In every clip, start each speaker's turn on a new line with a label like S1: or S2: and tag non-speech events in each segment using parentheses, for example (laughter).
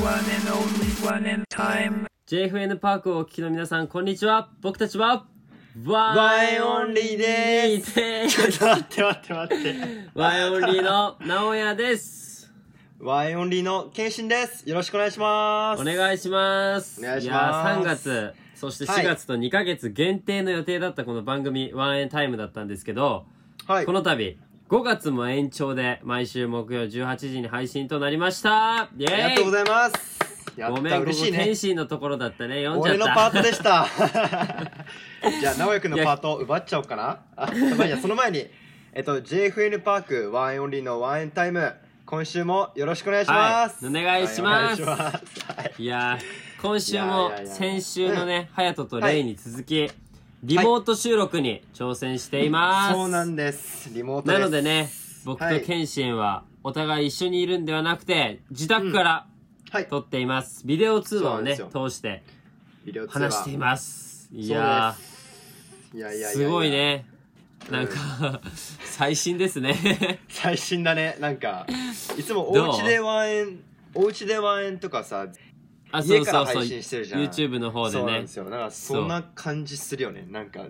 S1: One and only one in time.
S2: JFN パークをお聞きの皆さん、こんにちは。僕たちは、ワ
S3: ワイオンリーで
S2: ーで
S3: ちょっと待って待って待って。
S2: ワイオンリーの直哉です。
S3: ワイオンリーの謙信です。よろしくお願いします。
S2: お願いします。
S3: お願いします
S2: やー3月、そして
S3: は
S2: 4
S3: い
S2: 月と2ヶ月限定の予定だったこの番組、ワンエンタイムだったんですけど、
S3: はい。
S2: この度、5月も延長で毎週木曜18時に配信となりました。イェーイ
S3: ありがとうございます。や
S2: ご
S3: っ
S2: め
S3: た、
S2: ん、ここ
S3: 嬉しい
S2: 天
S3: ね。
S2: 心のところだったね。読んじゃ
S3: 俺
S2: った。
S3: のパートでした。
S2: (laughs)
S3: じゃあ、直哉くんのパートを奪っちゃおうかな。あ、まあいいや、その前に、えっと、JFN パークワンエンオンリーのワンエンタイム、今週もよろしくお願いします。
S2: はいお願いします
S3: はいお願いしますはい
S2: いやー今週も
S3: いやいやいや
S2: 先週のね、ハヤトとレイに続き、リ
S3: はい
S2: モート収録に挑戦しています。
S3: そうなんです。リモートで
S2: な
S3: す。
S2: のでね、僕とケンシンはお互い一緒にいるんではなくて、自宅から
S3: はい。
S2: 撮っています。ビデオ通話をね、
S3: そうなんで
S2: 通
S3: す
S2: して
S3: ビデオ通話
S2: 話しています。い
S3: す
S2: や
S3: いや
S2: ー、
S3: いやいや
S2: すごい。ね。なんか、 (laughs) 最新です
S3: (laughs)
S2: ね。
S3: 最新だねなんかいつも
S2: どう
S3: お家でワンエンお家でワンエンとかさ
S2: あ、そ
S3: 家
S2: う
S3: か
S2: そう
S3: ら
S2: そう。
S3: 配信してるじゃん
S2: YouTube の方で
S3: そうなん
S2: ね
S3: で。すよなんかそんな感じするよねなんか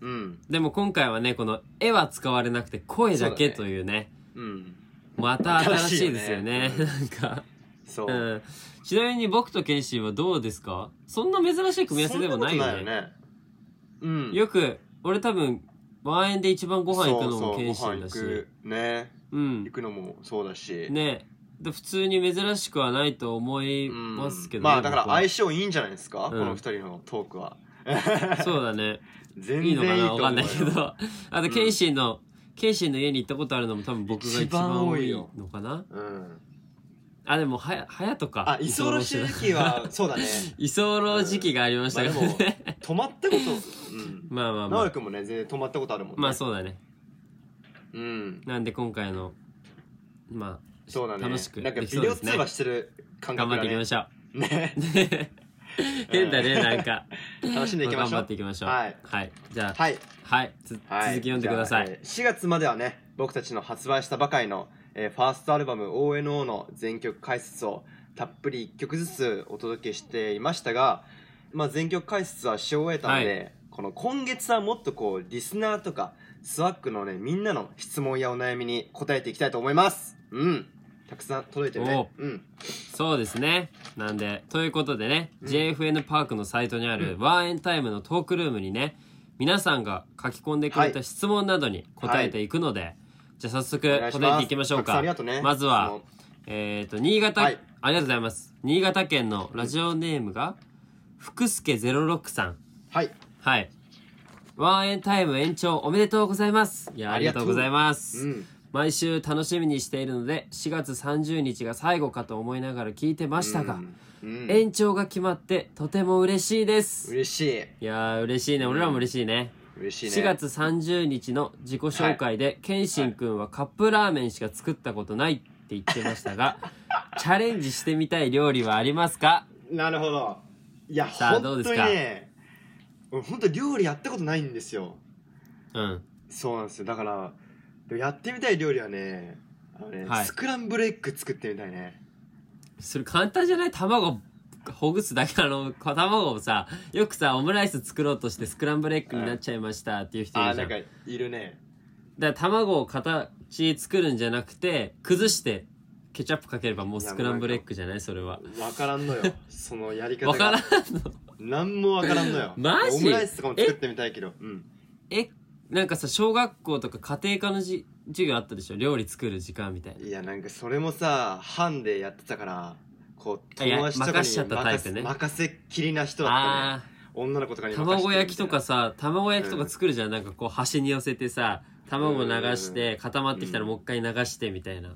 S3: うん
S2: でも今回はね、この絵は使われなくて声だけ
S3: そ
S2: と
S3: うだね
S2: いうね
S3: うん
S2: また新しいですよね。
S3: 新
S2: (laughs) なんか、
S3: そう、
S2: うん。ちなみに僕とケンシーはどうですかそんな珍しい組み合わせでもないよ
S3: そんこと
S2: ね。
S3: よねうん
S2: よく、俺多分、ワンエンで一番ご飯行くの
S3: そうそ
S2: も
S3: う
S2: ケンシーだ
S3: ご飯行
S2: し。
S3: くね
S2: うん
S3: 行。くのもそうだし、
S2: ねで普通に珍しくはないと思い
S3: うん
S2: ますけどね。
S3: まあだから
S2: 僕は
S3: 相性いいんじゃないですか、
S2: ん
S3: この二人のトークは
S2: そうだね。
S3: (laughs) 全然
S2: いいのかな
S3: と
S2: わ
S3: 思う
S2: かんないけど。あと、ケンシーの、ケンシーの家に行ったことあるのも多分僕が一番多いのかな
S3: うん
S2: あ、でも、はや、はやとか。
S3: あ居候してる時はそうだね
S2: 居候時期がありましたけど
S3: まあで
S2: ね。
S3: 泊まったことうん
S2: (laughs) まあまあま
S3: 直
S2: あ
S3: 哉。くんもね全然泊まったことあるもんね
S2: まあそうだね。
S3: うん
S2: なんで今回の、ま
S3: そうだね
S2: 楽しく
S3: なんか
S2: で
S3: ビ
S2: きそう
S3: デ
S2: で
S3: オ
S2: す
S3: 通
S2: ね
S3: 話してる
S2: あ、
S3: 感
S2: 頑
S3: 覚
S2: 張っ
S3: だ
S2: ていき
S3: ね
S2: まし
S3: (laughs)
S2: ょ
S3: ね
S2: う。変だね、なんか。
S3: 楽しんでいきま
S2: 頑
S3: しょ
S2: 張
S3: う
S2: っていきましょう。
S3: はい。
S2: じゃあ、
S3: はい、
S2: はい。つ続
S3: はい、
S2: き読んでくださ
S3: じゃあ
S2: い。
S3: えー4月まではね僕たちの発売したばかりの、えーファーストアルバム ONO の全曲解説をたっぷり1曲ずつお届けしていましたが、まあ、全曲解説はし終えたので、
S2: は
S3: この今月はもっとこうリスナーとかスワックのねみんなの質問やお悩みに答えていきたいと思いますうんたくさん届いてるねうん
S2: そうですね。なんで、ということでね、
S3: うん
S2: JFN パークのサイトにあるワンエンタイムのトークルームにね、皆さんが書き込んでくれ
S3: は
S2: た質問などに答えていくので、じゃあ早
S3: お
S2: 速
S3: 願いし
S2: 答え
S3: ま
S2: て
S3: す
S2: いきましょう
S3: たくさんあ
S2: か
S3: り。がとうね
S2: まずは
S3: 質問
S2: えっ、と、新潟、
S3: はい
S2: ありがとうございます。新潟県のラジオネームが、福助06さん。
S3: はい
S2: はい。ワンエンタイム延長おめでとうございます。いや、あ
S3: あ
S2: り
S3: り
S2: が
S3: が
S2: と
S3: と
S2: う
S3: う
S2: ございます。
S3: うん
S2: 毎週楽しみにしているので、4月30日が最後かと思いながら聞いてましたが、
S3: うん
S2: 延長が決まってとても嬉しいです。
S3: 嬉しい
S2: いやー、嬉しいね。俺らも嬉しいね。
S3: 嬉しい
S2: 4
S3: ね
S2: 月30日の自己紹介で、ケンシンくんはカップラーメンしか作ったことないって言ってました
S3: (laughs)
S2: が、チャレンジしてみたい料理はありますか
S3: なるほどいや
S2: さあ
S3: 本
S2: ど
S3: 当
S2: うです
S3: に
S2: か
S3: ね俺本当料理やったことないんですよ
S2: うん。
S3: そうなんですよだからでもやってみたい料理はねあのね、
S2: はい
S3: スクランブルエッグ作ってみたいね
S2: それ簡単じゃない卵ほぐすだけあの卵をさよくさオムライス作ろうとしてスクランブルエッグになっちゃいましたっていう人い
S3: あ
S2: る
S3: ー
S2: じ
S3: な
S2: ゃ
S3: ん
S2: ん
S3: か
S2: だか
S3: いるね
S2: ら卵を形作るんじゃなくて崩してケチャップかければもうスクランブルエッグじゃないそれは
S3: わからんのよ
S2: (laughs)
S3: そのやり方
S2: わからん
S3: が
S2: の
S3: なんもわからんのよ
S2: (laughs) マジ
S3: オムライスとかも作ってみたいけどうん
S2: えなんかさ小学校とか家庭科のじ授業あったでしょ料理作る時間みたいない
S3: やなんかそれもさ班でやってたからこう
S2: あいや
S3: 友達とかに
S2: 任しちゃったタイプね
S3: 任せ任せっきりな人だったのよ
S2: あ
S3: 女の子とかに
S2: ー
S3: 任せて
S2: 卵焼きとか
S3: み
S2: さ卵焼きとか作るじゃん、なんかこう端に寄せてさ卵流して固まってきたらもう一回流してみたいな、
S3: た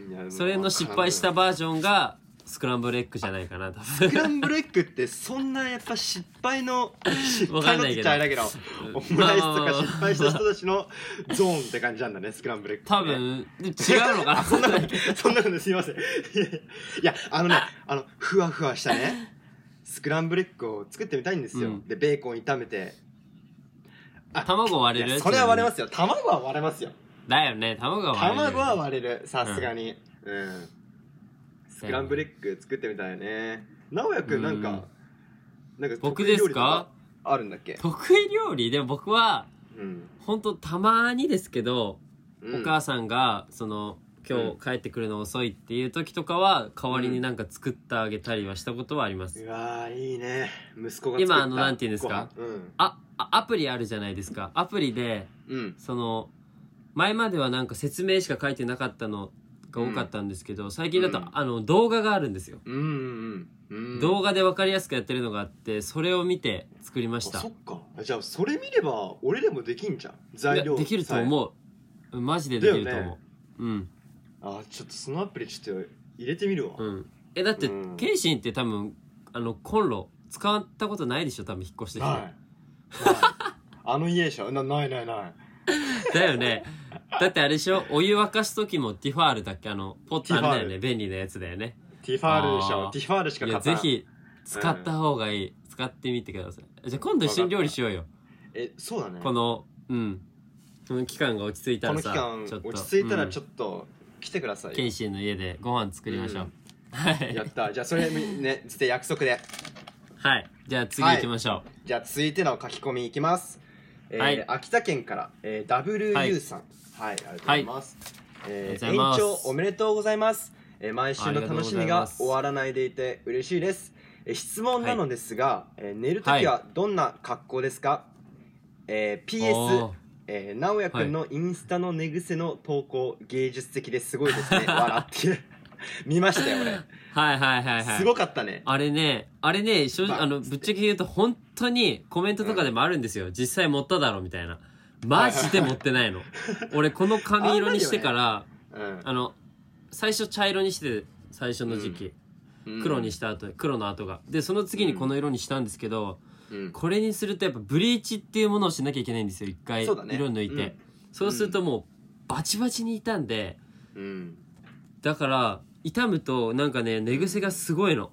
S3: いないや
S2: それの失敗したバージョンがスクランブルエッグじゃないかな多
S3: スク
S2: 分
S3: ランブルエッグってそんなやっぱ失敗の失
S2: (laughs) わか
S3: 敗
S2: ん
S3: の
S2: な
S3: っ
S2: いけど
S3: て言っちゃあれだけどオムライスとか失敗した人たちのゾーンって感じなんだねスクランブルエッ
S2: (laughs)
S3: グ
S2: 多分違うのかな
S3: (laughs) そんなことそんなことすいませんいやいやいやあのねあのふわふわしたねスクランブルエッグを作ってみたいんですよ、
S2: うん
S3: でベーコン炒めてあ
S2: 卵割れ
S3: い
S2: る
S3: やそれは割れますすよ卵は割れますよ
S2: だよね卵は割れる
S3: 卵は割れるさすがにうん、スクランブルエッグ作ってみたいよね直哉くんなんか、なんか
S2: 僕
S3: 得意料
S2: です
S3: 理と
S2: か
S3: あるんだっけ、
S2: 得意料理でも僕は
S3: うん
S2: 本当たまにですけど、
S3: うん、
S2: お母さんがその今
S3: う
S2: 日帰ってくるの遅いっていう時とかは代わりになんか作ってあげたりはしたことはあります、
S3: うわーいいね息子が作った
S2: 今あのなんて言うんですか
S3: ご飯うん
S2: ああアプリあるじゃないですかアプリで
S3: うん
S2: その前まではなんか説明しか書いてなかったのが多かったんですけど、最近だと、
S3: うん
S2: あの動画があるんですよ、
S3: うんうんうん
S2: 動
S3: 画
S2: 画で分かりやすくやってるのがあってそれを見て作りました
S3: そっかじゃあそれ見れば俺でもできんじゃん材
S2: いや
S3: 料
S2: できると
S3: う
S2: 思うマジでできると
S3: だよ
S2: 思
S3: ね
S2: う、うん
S3: あちょっとそのアプリちょっと入れてみるわ、
S2: うんえだって
S3: うん
S2: 謙信って多分あのコンロ使ったことないでしょ多分引っ越してきて、
S3: ないないあの家でしょなないないない
S2: (laughs) だよねだってあれでしょお湯沸かす時もティファールだっけあのポッターだよね便利なやつだよね
S3: ティファールでし
S2: あ
S3: ょ
S2: ー
S3: ティファールしか
S2: いや
S3: 勝た
S2: ぜ
S3: ない
S2: ひ使った方がいい、使ってみてくださいじゃあ今度一緒に料理しようよ
S3: えそうだね
S2: このうんこの期間が落ち着いた
S3: こ
S2: ら
S3: の期
S2: さ
S3: 間
S2: ちょっと
S3: 落ち着いたらち
S2: ょっ
S3: ょっと来てくださ
S2: と
S3: いよ
S2: 謙信の家でご飯作りましょう、
S3: うん
S2: はい
S3: やったじゃあそれみねつって約束で
S2: はいじゃあ次行きましょう、
S3: じゃあ続いての書き込みいきます、えー
S2: はい
S3: 秋田県から、えー、
S2: はい
S3: WU さんはい、ありがとうございます、えー
S2: ありがとうございます
S3: 延長おめでとうございます、えー毎週の楽しみが終わらないでいて嬉しいですえー質問なのですが、えー寝るときはどんな格好ですか、えー PS
S2: おー
S3: えー、直哉くんのインスタの寝癖の投稿、芸術的ですごいですね笑って (laughs) 見ましたよ俺、
S2: はいはいはいはい
S3: すごかったね
S2: あれね、あれね、正直、
S3: まあ
S2: あの、ぶっちゃけ言うと、本当にコメントとかでもあるんですよ。実際持っただろ、みたいな。マジで持ってないの。俺、この髪色にしてから、
S3: うん
S2: あの、最初茶色にして、最初の時期。黒にした後、黒の後が。で、その次にこの色にしたんですけど、
S3: うん
S2: これにするとやっぱブリーチっていうものをしなきゃいけないんですよ。一回、
S3: そ
S2: 色
S3: うだね
S2: 抜いて。そうするともう、バチバチに傷んで、
S3: うん
S2: だから、傷むと、なんかね、寝癖がすごいの。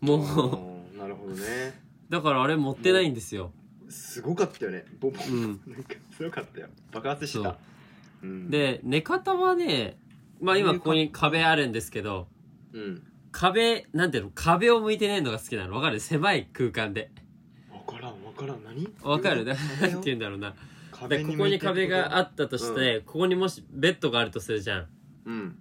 S2: もう、
S3: あーなるほどね
S2: だからあれ持ってないんですよ。
S3: すごかったよねボボ、
S2: うん
S3: なんかすごかったよ爆発して
S2: そ
S3: た
S2: う、
S3: うん、、
S2: で、寝方はね、まあ今ここに壁あるんですけど、
S3: うん、
S2: 壁、なんていうの、壁を向いてないのが好きなの。わかる狭い空間で。
S3: 分からん分からん何
S2: わかる (laughs) なんて
S3: 壁を
S2: 言うんだろうな。
S3: 壁
S2: で、ここに壁があ
S3: っ
S2: ったとして、ここにもしベッドがあるとするじゃん。
S3: うん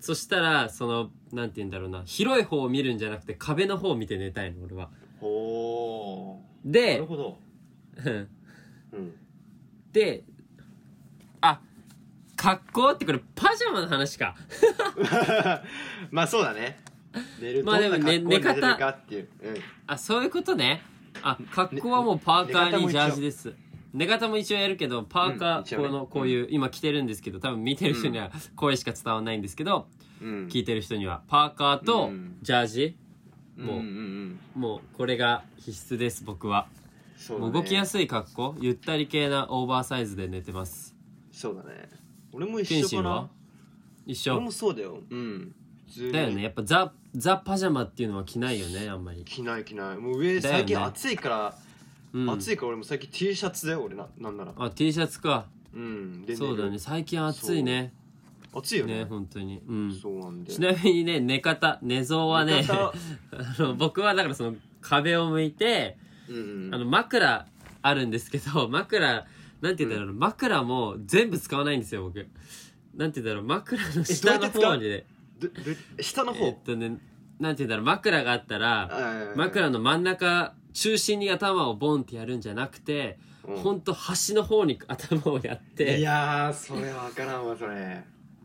S2: そしたら、その、なんて言うんだろうな。広い方を見るんじゃなくて壁の方を見て寝たいの、俺は。
S3: ほーな
S2: で
S3: る、ほど、うん、 (laughs)
S2: で、あ、格好ってこれパジャマの話か。
S3: まあそうだね寝る
S2: まあでも
S3: どんな格好
S2: ね
S3: で
S2: 寝
S3: 寝
S2: 方
S3: るかっていう、うん、
S2: あそういうことねあ格好はもうパーカーにジャージです寝方も一応やるけどパーカ
S3: うん一
S2: ー
S3: 応ね
S2: このこういう今着てるんですけど多分見てる人には声しか伝わんないんですけど
S3: うん、
S2: 聞いてる人にはパーカーと
S3: うん
S2: ジャージもうん
S3: んん
S2: もうこれが必須です僕は
S3: そうだね
S2: もう動きやすい格好ゆったり系なオーバーサイズで寝てます
S3: そうだね俺も
S2: 謙
S3: 一緒
S2: 信
S3: か
S2: は
S3: な
S2: 一
S3: 俺
S2: 緒
S3: もそうだようん普通に
S2: だよねやっぱザザ・パジャマっていうのは着ないよねあんまり、
S3: 着ない着ないもう上
S2: だよね
S3: 最近暑いから、
S2: うん、
S3: 暑いから俺も最近 T シャツだよ俺ななんなら
S2: あ T シャツか
S3: うんで
S2: そうだ
S3: 寝
S2: ね
S3: る
S2: 最近暑いね
S3: 暑いよね
S2: ね本当にうん
S3: そうなんで
S2: ちなみにね、寝方、寝相はね
S3: 寝、方
S2: (laughs) あの僕はだからその壁を向いて、
S3: うん
S2: (laughs) あの枕あるんですけど、 (laughs) 枕、なんて言うんだろう、枕も全部使わないんですよ、僕。なんて言うんだろう、枕の下の
S3: どう
S2: 方
S3: やって使う
S2: にね、
S3: どど下の
S2: えっ
S3: 方
S2: とね、なんて言うんだろう、枕があったら、
S3: あー
S2: 枕の真ん中、中心に頭をボンってやるんじゃなくて、
S3: うん
S2: ほんと端の方に頭をやっ
S3: い
S2: て、
S3: やーそれは分からんわそれ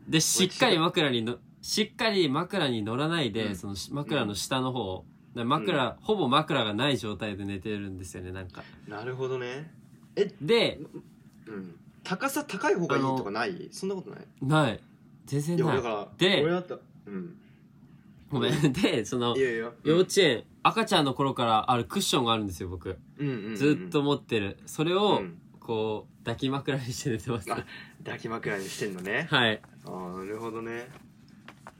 S2: で、しっかり枕にの、しっかり枕に乗らないで、
S3: うん
S2: そのし枕の下の方を、だから枕、ほぼ枕がない状態で寝てるんですよね、なんか。
S3: なるほどねえ
S2: で、
S3: うん高さ高い方がいいとかないそんなことない
S2: ない。全
S3: い
S2: 然
S3: や
S2: な
S3: 俺
S2: い
S3: だ。から
S2: で
S3: 俺だったうん
S2: ごめん。で、その
S3: い、やいや
S2: 幼稚園、赤ちゃんの頃からあるクッションがあるんですよ、僕。
S3: うんうんうん
S2: ずっと持ってる。それを
S3: うん、
S2: こう、抱き枕にして寝てます。
S3: あ抱き枕にしてんのね
S2: (laughs) はい。
S3: ああなるほどねへ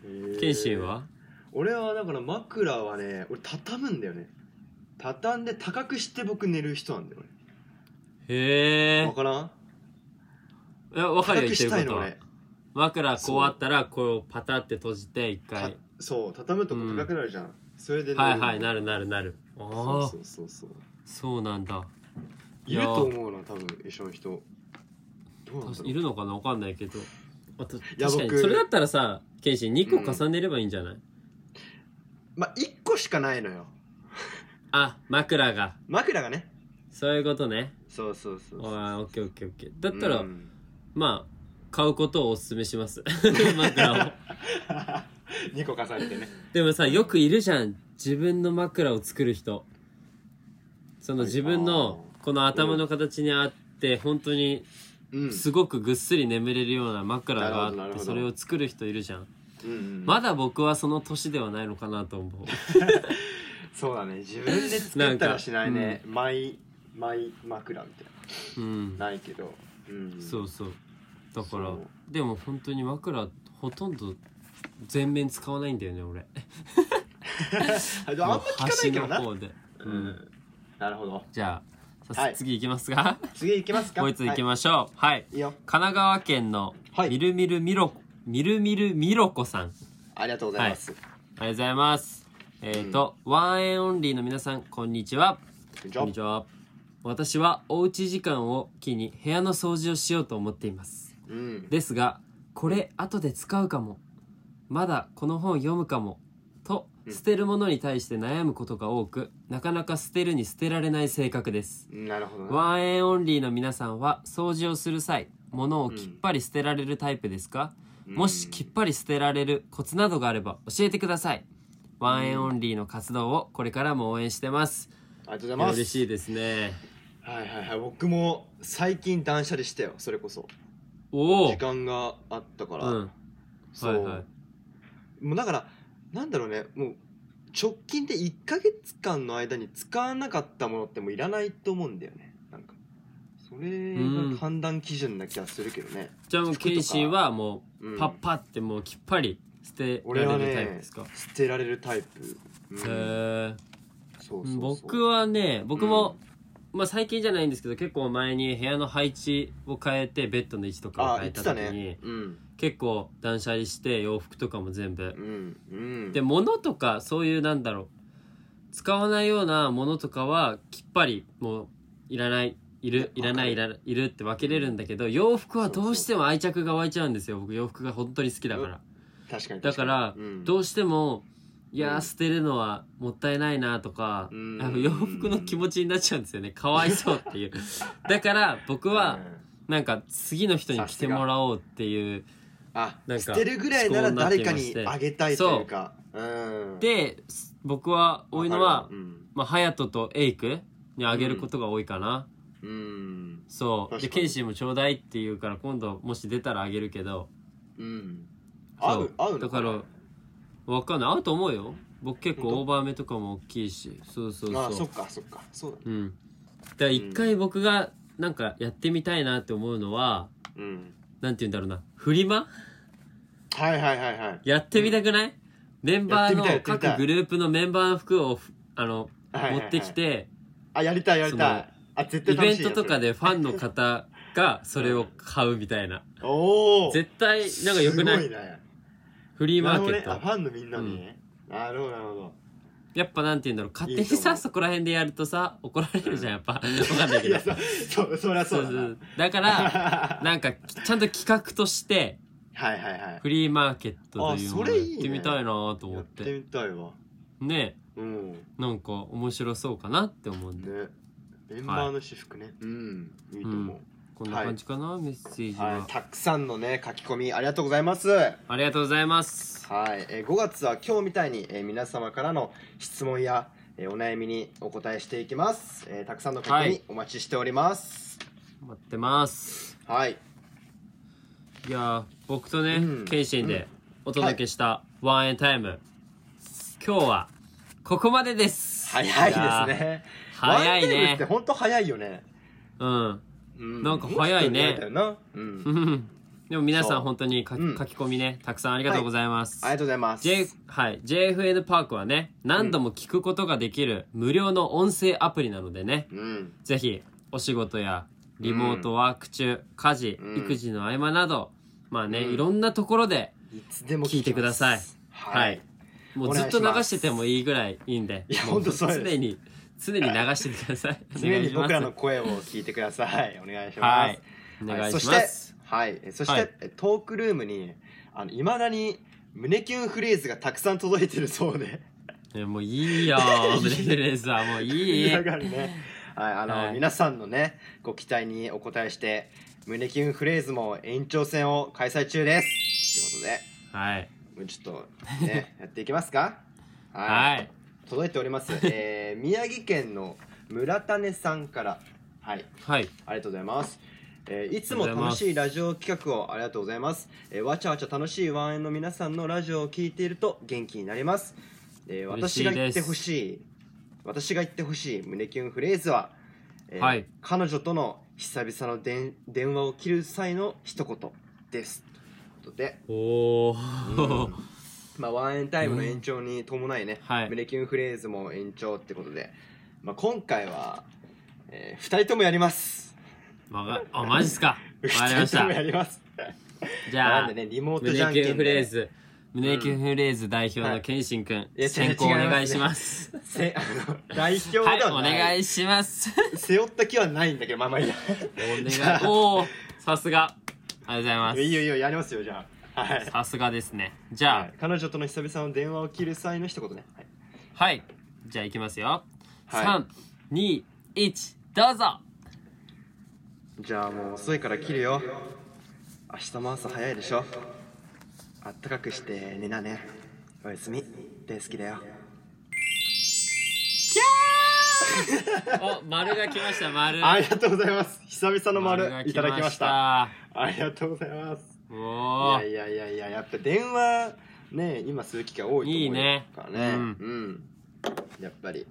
S3: ー
S2: 謙信は
S3: 俺はだから枕はね俺畳むんだよね畳んで高くして僕寝る人なんだよ
S2: へ
S3: 俺
S2: え
S3: 分。からん
S2: いやわかるよ、
S3: 高
S2: 言
S3: く
S2: って
S3: し
S2: る
S3: たい
S2: こと
S3: の
S2: は
S3: 俺。
S2: 枕こうあったら、こうパタって閉じて、一
S3: た
S2: 回。
S3: そう畳むとこ高くなるじゃん、それでね
S2: はいはいなるなるなるああ
S3: そう
S2: そ
S3: そううそうそう
S2: なんだ
S3: いると思うな多分一緒の人どうなんだろう
S2: いるのかなわかんないけどあと
S3: や
S2: 確かに
S3: 僕
S2: それだったらさ謙信2個重ねればいいんじゃない、
S3: まあ1個しかないのよ
S2: あ枕が
S3: 枕がね
S2: そういうことね
S3: そうそうそうそう
S2: ああオッケーオッケーオッケーだったら、
S3: うん (laughs)
S2: まあ買うことをお勧めします (laughs)
S3: (laughs)
S2: 枕を
S3: 2個重ねてね
S2: でもさよくいるじゃん自分の枕を作る人その自分
S3: はい
S2: の
S3: あー
S2: この頭の形にあって本当に
S3: うん
S2: すごくぐっすり眠れるような枕があ
S3: な
S2: っ
S3: る
S2: て
S3: ほど
S2: それを作る人いるじゃん
S3: うんうん
S2: まだ僕はその年ではないのかなと思う
S3: そうだね自分で作ったらしないねマイマイ枕みたい
S2: うん
S3: なないけどうん
S2: そうそうだから
S3: そう
S2: でも本当に枕ほとんど全面使わないんだよね俺
S3: あでもあんま聞かないけどな
S2: 端の方で、
S3: う
S2: うん
S3: んなるほど
S2: じゃあさ、
S3: はい
S2: 次行きますが
S3: 次行きますか
S2: こいつ行き
S3: は
S2: ましょうはい、
S3: いいいよ
S2: 神奈川県の
S3: はい
S2: みるみるみろ、みるみるみろこさんあり
S3: ありがとうございます
S2: がとうございますえっ、ー、と、ワンエンオンリーの皆さんこんにちは
S3: こんにち
S2: こんにちは私はおうち時間を機に部屋の掃除をしようと思っています
S3: うん
S2: ですがこれ後で使うかもまだこの本読むかもと捨てるものに対して悩むことが多くなかなか捨てるに捨てられない性格です
S3: なるほどね
S2: ワンエンオンリーの皆さんは掃除をする際物をきっぱり捨てられるタイプですか、もしきっぱり捨てられるコツなどがあれば教えてくださいワンエンオンリーの活動をこれからも応援してます
S3: ありがとうございます
S2: 嬉しいですね
S3: はいはいはい僕も最近断捨離したよそれこそ
S2: おお
S3: 時間があったから、
S2: うん
S3: そう、
S2: はいはい
S3: もうだからなんだろうねもう直近で1ヶ月間の間に使わなかったものってもういらないと思うんだよねなんかそれ
S2: うん
S3: が判断基準な気がするけどね、
S2: じゃあもう謙信はも
S3: う
S2: うんパッパってもうきっぱり捨て
S3: 俺
S2: ら
S3: は
S2: れるタイプ
S3: ね
S2: ですか、
S3: 捨てられるタイプ、うん
S2: へー
S3: そうそうそう
S2: 僕はね僕も、まあ最近じゃないんですけど結構前に部屋の配置を変えてベッドの位置とか
S3: あ
S2: を変
S3: あ言
S2: え
S3: って
S2: た
S3: た
S2: 時に
S3: ねうん
S2: 結構断捨離して洋服とかも全部
S3: う、んうん
S2: で物とかそういうなんだろう使わないようなものとかはきっぱりもういらないいるいらないい
S3: わ
S2: らないいるって分けれるんだけど洋服はどうしても愛着が湧いちゃうんですよ僕洋服が本当に好きだから
S3: 確かに確かに
S2: だから
S3: うん
S2: どうしてもいや
S3: う
S2: ー
S3: ん
S2: 捨てるのはもったいないなとか
S3: うん
S2: やっぱ洋服の気持ちになっちゃうんですよねかわいそうって
S3: (laughs)
S2: いうだから僕は
S3: うん
S2: なんか次の人に着てもらおうっていう
S3: あ
S2: なんか
S3: 捨てるぐらいなら誰かに
S2: 思考になってまして
S3: あげたいというかうん
S2: です僕は多いのは
S3: わかるわうん
S2: まあ、隼人とエイクにあげることが多いかな、
S3: うん
S2: そうで
S3: 確かに
S2: 剣心もちょうだいって言うから今度もし出たらあげるけど
S3: うん合
S2: そう
S3: 合うの
S2: だから
S3: な
S2: わかんない合うと思うよ僕結構オーバー目とかも大きいしそうそうそう
S3: あそっかそっかそうだね
S2: うんだから一回僕がなんかやってみたいなって思うのは、
S3: うん
S2: なんて言うんだろうなフリマ
S3: はいはいはいはい
S2: やってみたくない、メンバーの
S3: やってみたいやってみたい
S2: 各グループのメンバーの服をふあの、
S3: はいはいはい
S2: 持ってきて
S3: あやりたいやりたいあ絶対
S2: イベ
S3: 楽
S2: ン
S3: しいよ
S2: トとかでファンの方がそれを買うみたいな
S3: それおお
S2: 絶対なんか良くない
S3: すごいね
S2: フリーマーケッ
S3: なるほどねあ
S2: ト、
S3: ファンのみんなにねなるほどなるほど
S2: やっぱなんて言うんだろう勝手に
S3: いいと
S2: さ
S3: 思う
S2: そこら辺でやるとさ怒られるじゃんやっぱわかんないけ
S3: (laughs) い
S2: ど
S3: やそそそりゃそうだな (laughs)
S2: だからなんかきちゃんと企画として
S3: はいはいはい
S2: フリーマーケットというものを
S3: あそれいいね
S2: やってみたいなと思
S3: や
S2: っ
S3: っててみたいわ
S2: ね
S3: うんね
S2: なんか面白そうかなって思うんで
S3: メンバーの私服ねうんいいと思う
S2: こんな感じかな、メッセージは、
S3: はいたくさんのね書き込みありがとうございます
S2: ありがとうございます
S3: はい、えー5月は今日みたいに、えー皆様からの質問や、えーお悩みにお答えしていきます、えーたくさんの書き込
S2: はい
S3: みお待ちしております
S2: 待ってます
S3: はい
S2: いやー僕とね
S3: うん
S2: 謙信、でお届けしたワンエンタイム、今日はここまでです
S3: 早いです
S2: やー
S3: ね
S2: 早い
S3: ワンテーブルって
S2: ね
S3: 本当早いよね、
S2: うん
S3: う
S2: なんか早いね
S3: もうちょっとになれたよなうんあり
S2: うんでも皆さ
S3: そ
S2: ん
S3: う
S2: 本当に書き,、
S3: うん
S2: 書き込みねたくさんありがとうございます、
S3: がとうございます
S2: J はい、JFN パークはね何度も聞くことができる無料の音声アプリなのでね
S3: うん
S2: ぜひお仕事やリモートワーク中、家事、
S3: うん
S2: 育児の合間などまあね、
S3: うん
S2: いろんなところで
S3: いつでも
S2: 聞いてください
S3: ますはい、
S2: はいも
S3: お
S2: うず
S3: 願
S2: っ
S3: い
S2: と
S3: し
S2: 流
S3: ます
S2: しててもいいぐらいいいんで
S3: いや
S2: もう
S3: ほんとそうです
S2: 常に常に流しててくださいお
S3: (laughs) 常
S2: 願い
S3: に
S2: します
S3: 僕らの声を聞いてください。お願いしま
S2: は
S3: す。
S2: いお願いし
S3: は
S2: ま
S3: いそ
S2: す
S3: して、はい、えそして、
S2: はい
S3: えトークルームに、あの、いまだに胸キュンフレーズがたくさん届いてるそうで。
S2: えもういい
S3: (laughs)
S2: よブレイブレーザーもういい
S3: 嫌がるね。はい、あの、
S2: はい
S3: 皆さんのね、ご期待にお応えして、胸キュンフレーズも延長戦を開催中です。ということで、
S2: はい
S3: もうちょっと
S2: (laughs)
S3: ね、やっていきますか。
S2: はい
S3: 届いております。
S2: (laughs)
S3: えー、宮城県の村種さんから。はい。
S2: はい
S3: ありがとうございます。えーいつも楽しいラジオ企画をありがとうございます。えーわちゃわちゃ楽しいワンエンの皆さんのラジオを聞いていると元気になります。えー
S2: 嬉し
S3: 私
S2: いで
S3: が
S2: す
S3: 言ってほしい、私が言ってほしい胸キュンフレーズは、えー
S2: はい
S3: 彼女との久々のでん電話を切る際の一言です。ということで、
S2: おお、
S3: まあ、ワンエンタイムの延長に伴いね、
S2: はい
S3: 胸キュンフレーズも延長ってことで、まあ、今回は、え2人ともやります。
S2: (laughs) わかあマジっすかわかり
S3: 2
S2: まし
S3: 人と
S2: た
S3: もやります。
S2: じゃ
S3: な
S2: あ、
S3: んでね、リモート
S2: 胸
S3: じゃん
S2: キ
S3: けん
S2: ュンフ
S3: で
S2: レーズ胸キュンフレーズ代表の謙信君、
S3: いや違う
S2: 先行お願いします
S3: せあの代表では
S2: は
S3: ないい、
S2: お願いします
S3: 背負った気はないんだけど、まあまあいいや。
S2: お願い
S3: じゃあ
S2: おおさすがありがとうございます
S3: いいよいいよ、やりますよ、じゃあ。はい。
S2: さすがですねじゃあ
S3: はい彼女との久々の電話を切る際の一言ね。はい
S2: はい、じゃあいきますよ、
S3: はい
S2: 三二321どうぞ
S3: じゃあもう遅いから切るよ。明日も朝早いでしょ。あったかくして寝なね。おやすみ。大好きだよ。
S2: お丸が来ました丸
S3: ありがとうございます。久々の丸
S2: が来
S3: いただきました。
S2: ま
S3: ありがとうございます。
S2: したおお
S3: いやいやいやいや、やっぱ電話ね、今する機会多いと
S2: いい
S3: 思う
S2: ね
S3: からね。
S2: うん
S3: うん。やっぱり。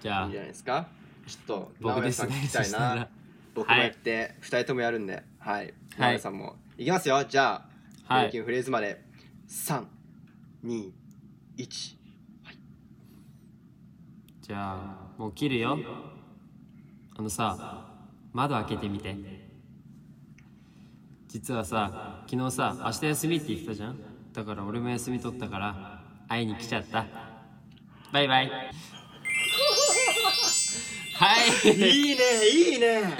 S2: じゃ
S3: いい
S2: あ
S3: んじゃないですかちょっと
S2: 僕
S3: 直
S2: です
S3: 哉さん
S2: ね
S3: 聞き
S2: そ
S3: たい
S2: したら
S3: な僕もやって2人ともやるんではい直哉さんもいきますよじゃあ
S2: はい
S3: 胸キュンフレーズまで321
S2: じゃあもう切るよあのさ窓開けてみて実はさ昨日さ明日休みって言ってたじゃんだから俺も休み取ったから会いに来ちゃったバイバ
S3: (laughs)
S2: イはい
S3: いいねいいね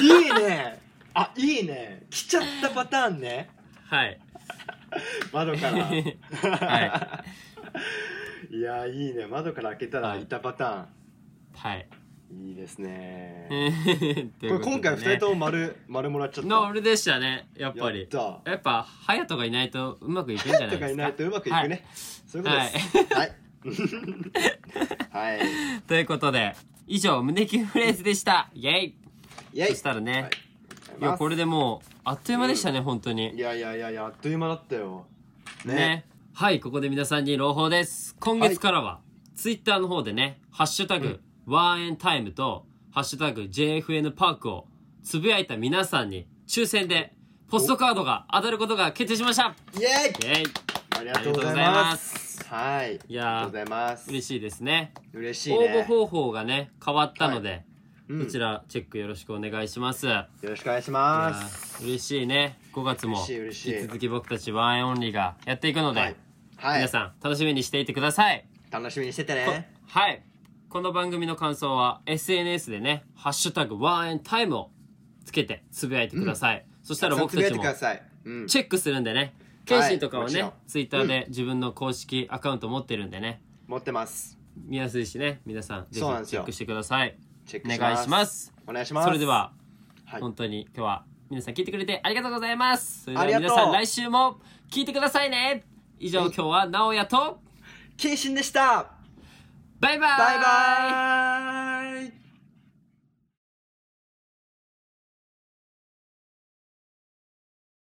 S3: いいねあいいね来ちゃったパターンね
S2: はい
S3: 窓から
S2: はい
S3: や (laughs) いいね窓から開けたらいたパタ (laughs)
S2: はい
S3: ーンいいですね
S2: こ
S3: これ今回2人
S2: も
S3: とも丸丸もらっちゃった
S2: の俺でしたねやっぱ
S3: や
S2: り
S3: った
S2: やっぱ隼人がいないとうまくいくんじゃない
S3: とか
S2: で
S3: い
S2: す
S3: な
S2: か
S3: いとうまくいくね。そういうことです。はい。はい。
S2: ということで以上胸キュンフレーズでしたイェイ
S3: イェイ
S2: そしたらね、
S3: はい
S2: い、やこれでもうあっという間でしたね、本当
S3: い
S2: に
S3: やいやいやいや、あっという間だったよ。
S2: ね。はいここで皆さんに朗報です今月からは、ツイッターの方でね「ハッシュタグ、ワンエンタイム」と「ハッシュタグ #JFN パーク」をつぶやいた皆さんに抽選でポストカードが当たることが決定しました
S3: イェイ
S2: イェイ
S3: ありがとう
S2: ありがと
S3: ございま
S2: うございます
S3: す。はい。
S2: いやー
S3: ありがとうございます。
S2: 嬉しいですね
S3: 嬉しい
S2: 応募
S3: ね。
S2: 方法がね変わったので、
S3: うん
S2: こちらチェックよろしくお願いします、
S3: よろしくお願いします。
S2: いやー嬉しいね5月も
S3: 嬉しい
S2: 引
S3: 嬉しい
S2: き続き僕たちワンエンオンリーがやっていくので、
S3: はい。はい
S2: 皆。さん楽しみにしていてください、
S3: 楽しみにしてて
S2: こ
S3: ね。
S2: はいこの番組の感想は SNS でね「ハッシュタグワンエンタイム」をつけてつぶやいてください、そしたら僕た
S3: や
S2: ち
S3: って
S2: も
S3: ください。うん。
S2: チェックするんでね謙信とかは
S3: もち
S2: ね、
S3: ろん
S2: ツイッターで自分の公式アカウント持ってるんでね
S3: 持ってます。
S2: 見やすいしね皆さんぜ
S3: そうなん
S2: ひ
S3: です
S2: チェ
S3: よ
S2: ックしてください
S3: チェ
S2: お
S3: ックします。
S2: 願いします
S3: お願いします。
S2: それでは、
S3: はい、
S2: 本当に今日は皆さん聞いてくれてありがとうございますそれでは
S3: ありがと
S2: 皆
S3: う
S2: さん来週も聞いてくださいね以上今日は直哉と
S3: 謹慎でした
S2: バイバイ
S3: バイバーイ